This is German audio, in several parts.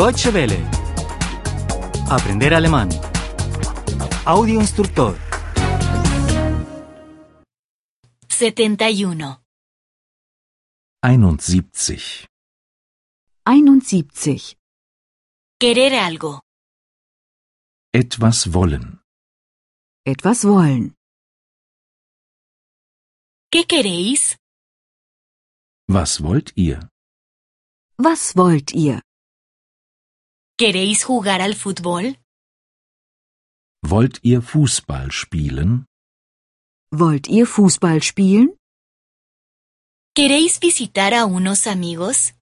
Deutsche Welle. Aprender alemán. Audio instructor. 71. 71. 71. Querer algo. Etwas wollen. Etwas wollen. ¿Qué queréis? Was wollt ihr? Was wollt ihr? ¿Queréis jugar al fútbol? Wollt ihr Fußball spielen? Wollt ihr Fußball spielen? ¿Queréis visitar a unos amigos?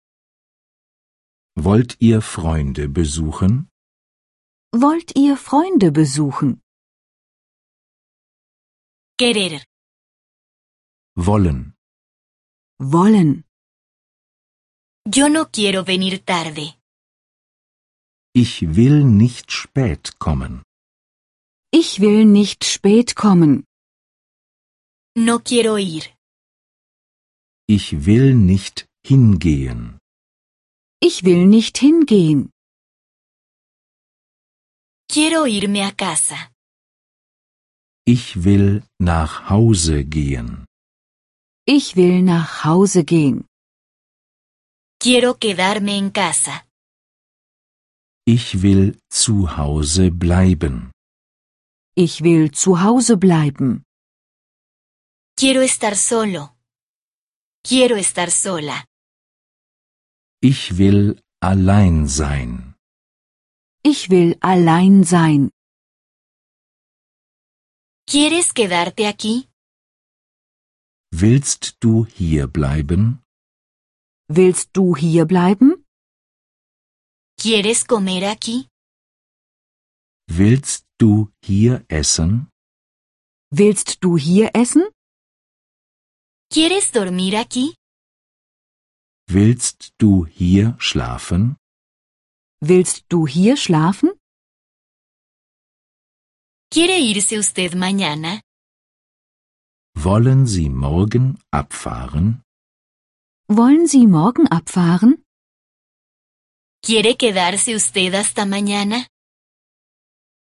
Wollt ihr Freunde besuchen? Wollt ihr Freunde besuchen? Querer. Wollen. Wollen. Yo no quiero venir tarde. Ich will nicht spät kommen. Ich will nicht spät kommen. No quiero ir. Ich will nicht hingehen. Ich will nicht hingehen. Quiero irme a casa. Ich will nach Hause gehen. Ich will nach Hause gehen. Quiero quedarme en casa. Ich will zu Hause bleiben. Ich will zu Hause bleiben. Quiero estar solo. Quiero estar sola. Ich will allein sein. Ich will allein sein. ¿Quieres quedarte aquí? Willst du hier bleiben? Willst du hier bleiben? ¿Quieres comer aquí? Willst du hier essen? Willst du hier essen? ¿Quieres dormir aquí? Willst du hier schlafen? Willst du hier schlafen? ¿Quiere irse usted mañana? Wollen Sie morgen abfahren? Wollen Sie morgen abfahren? ¿Quiere quedarse usted hasta mañana?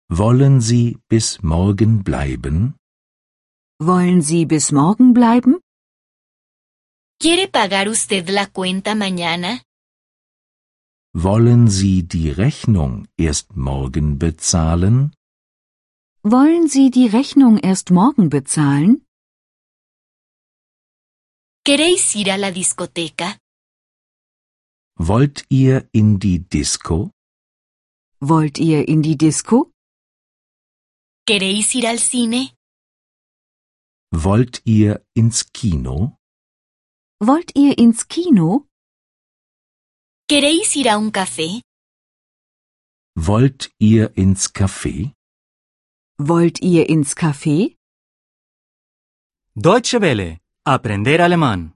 Wollen Sie bis morgen bleiben? Wollen Sie bis morgen bleiben? ¿Quiere pagar usted la cuenta mañana? Wollen Sie die Rechnung erst morgen bezahlen? Wollen Sie die Rechnung erst morgen bezahlen? ¿Queréis ir a la discoteca? Wollt ihr in die Disco? Wollt ihr in die Disco? ¿Queréis ir al cine? Wollt ihr ins Kino? Wollt ihr ins Kino? ¿Queréis ir a un café? Wollt ihr ins Café? Wollt ihr ins Café? Deutsche Welle. Aprender alemán.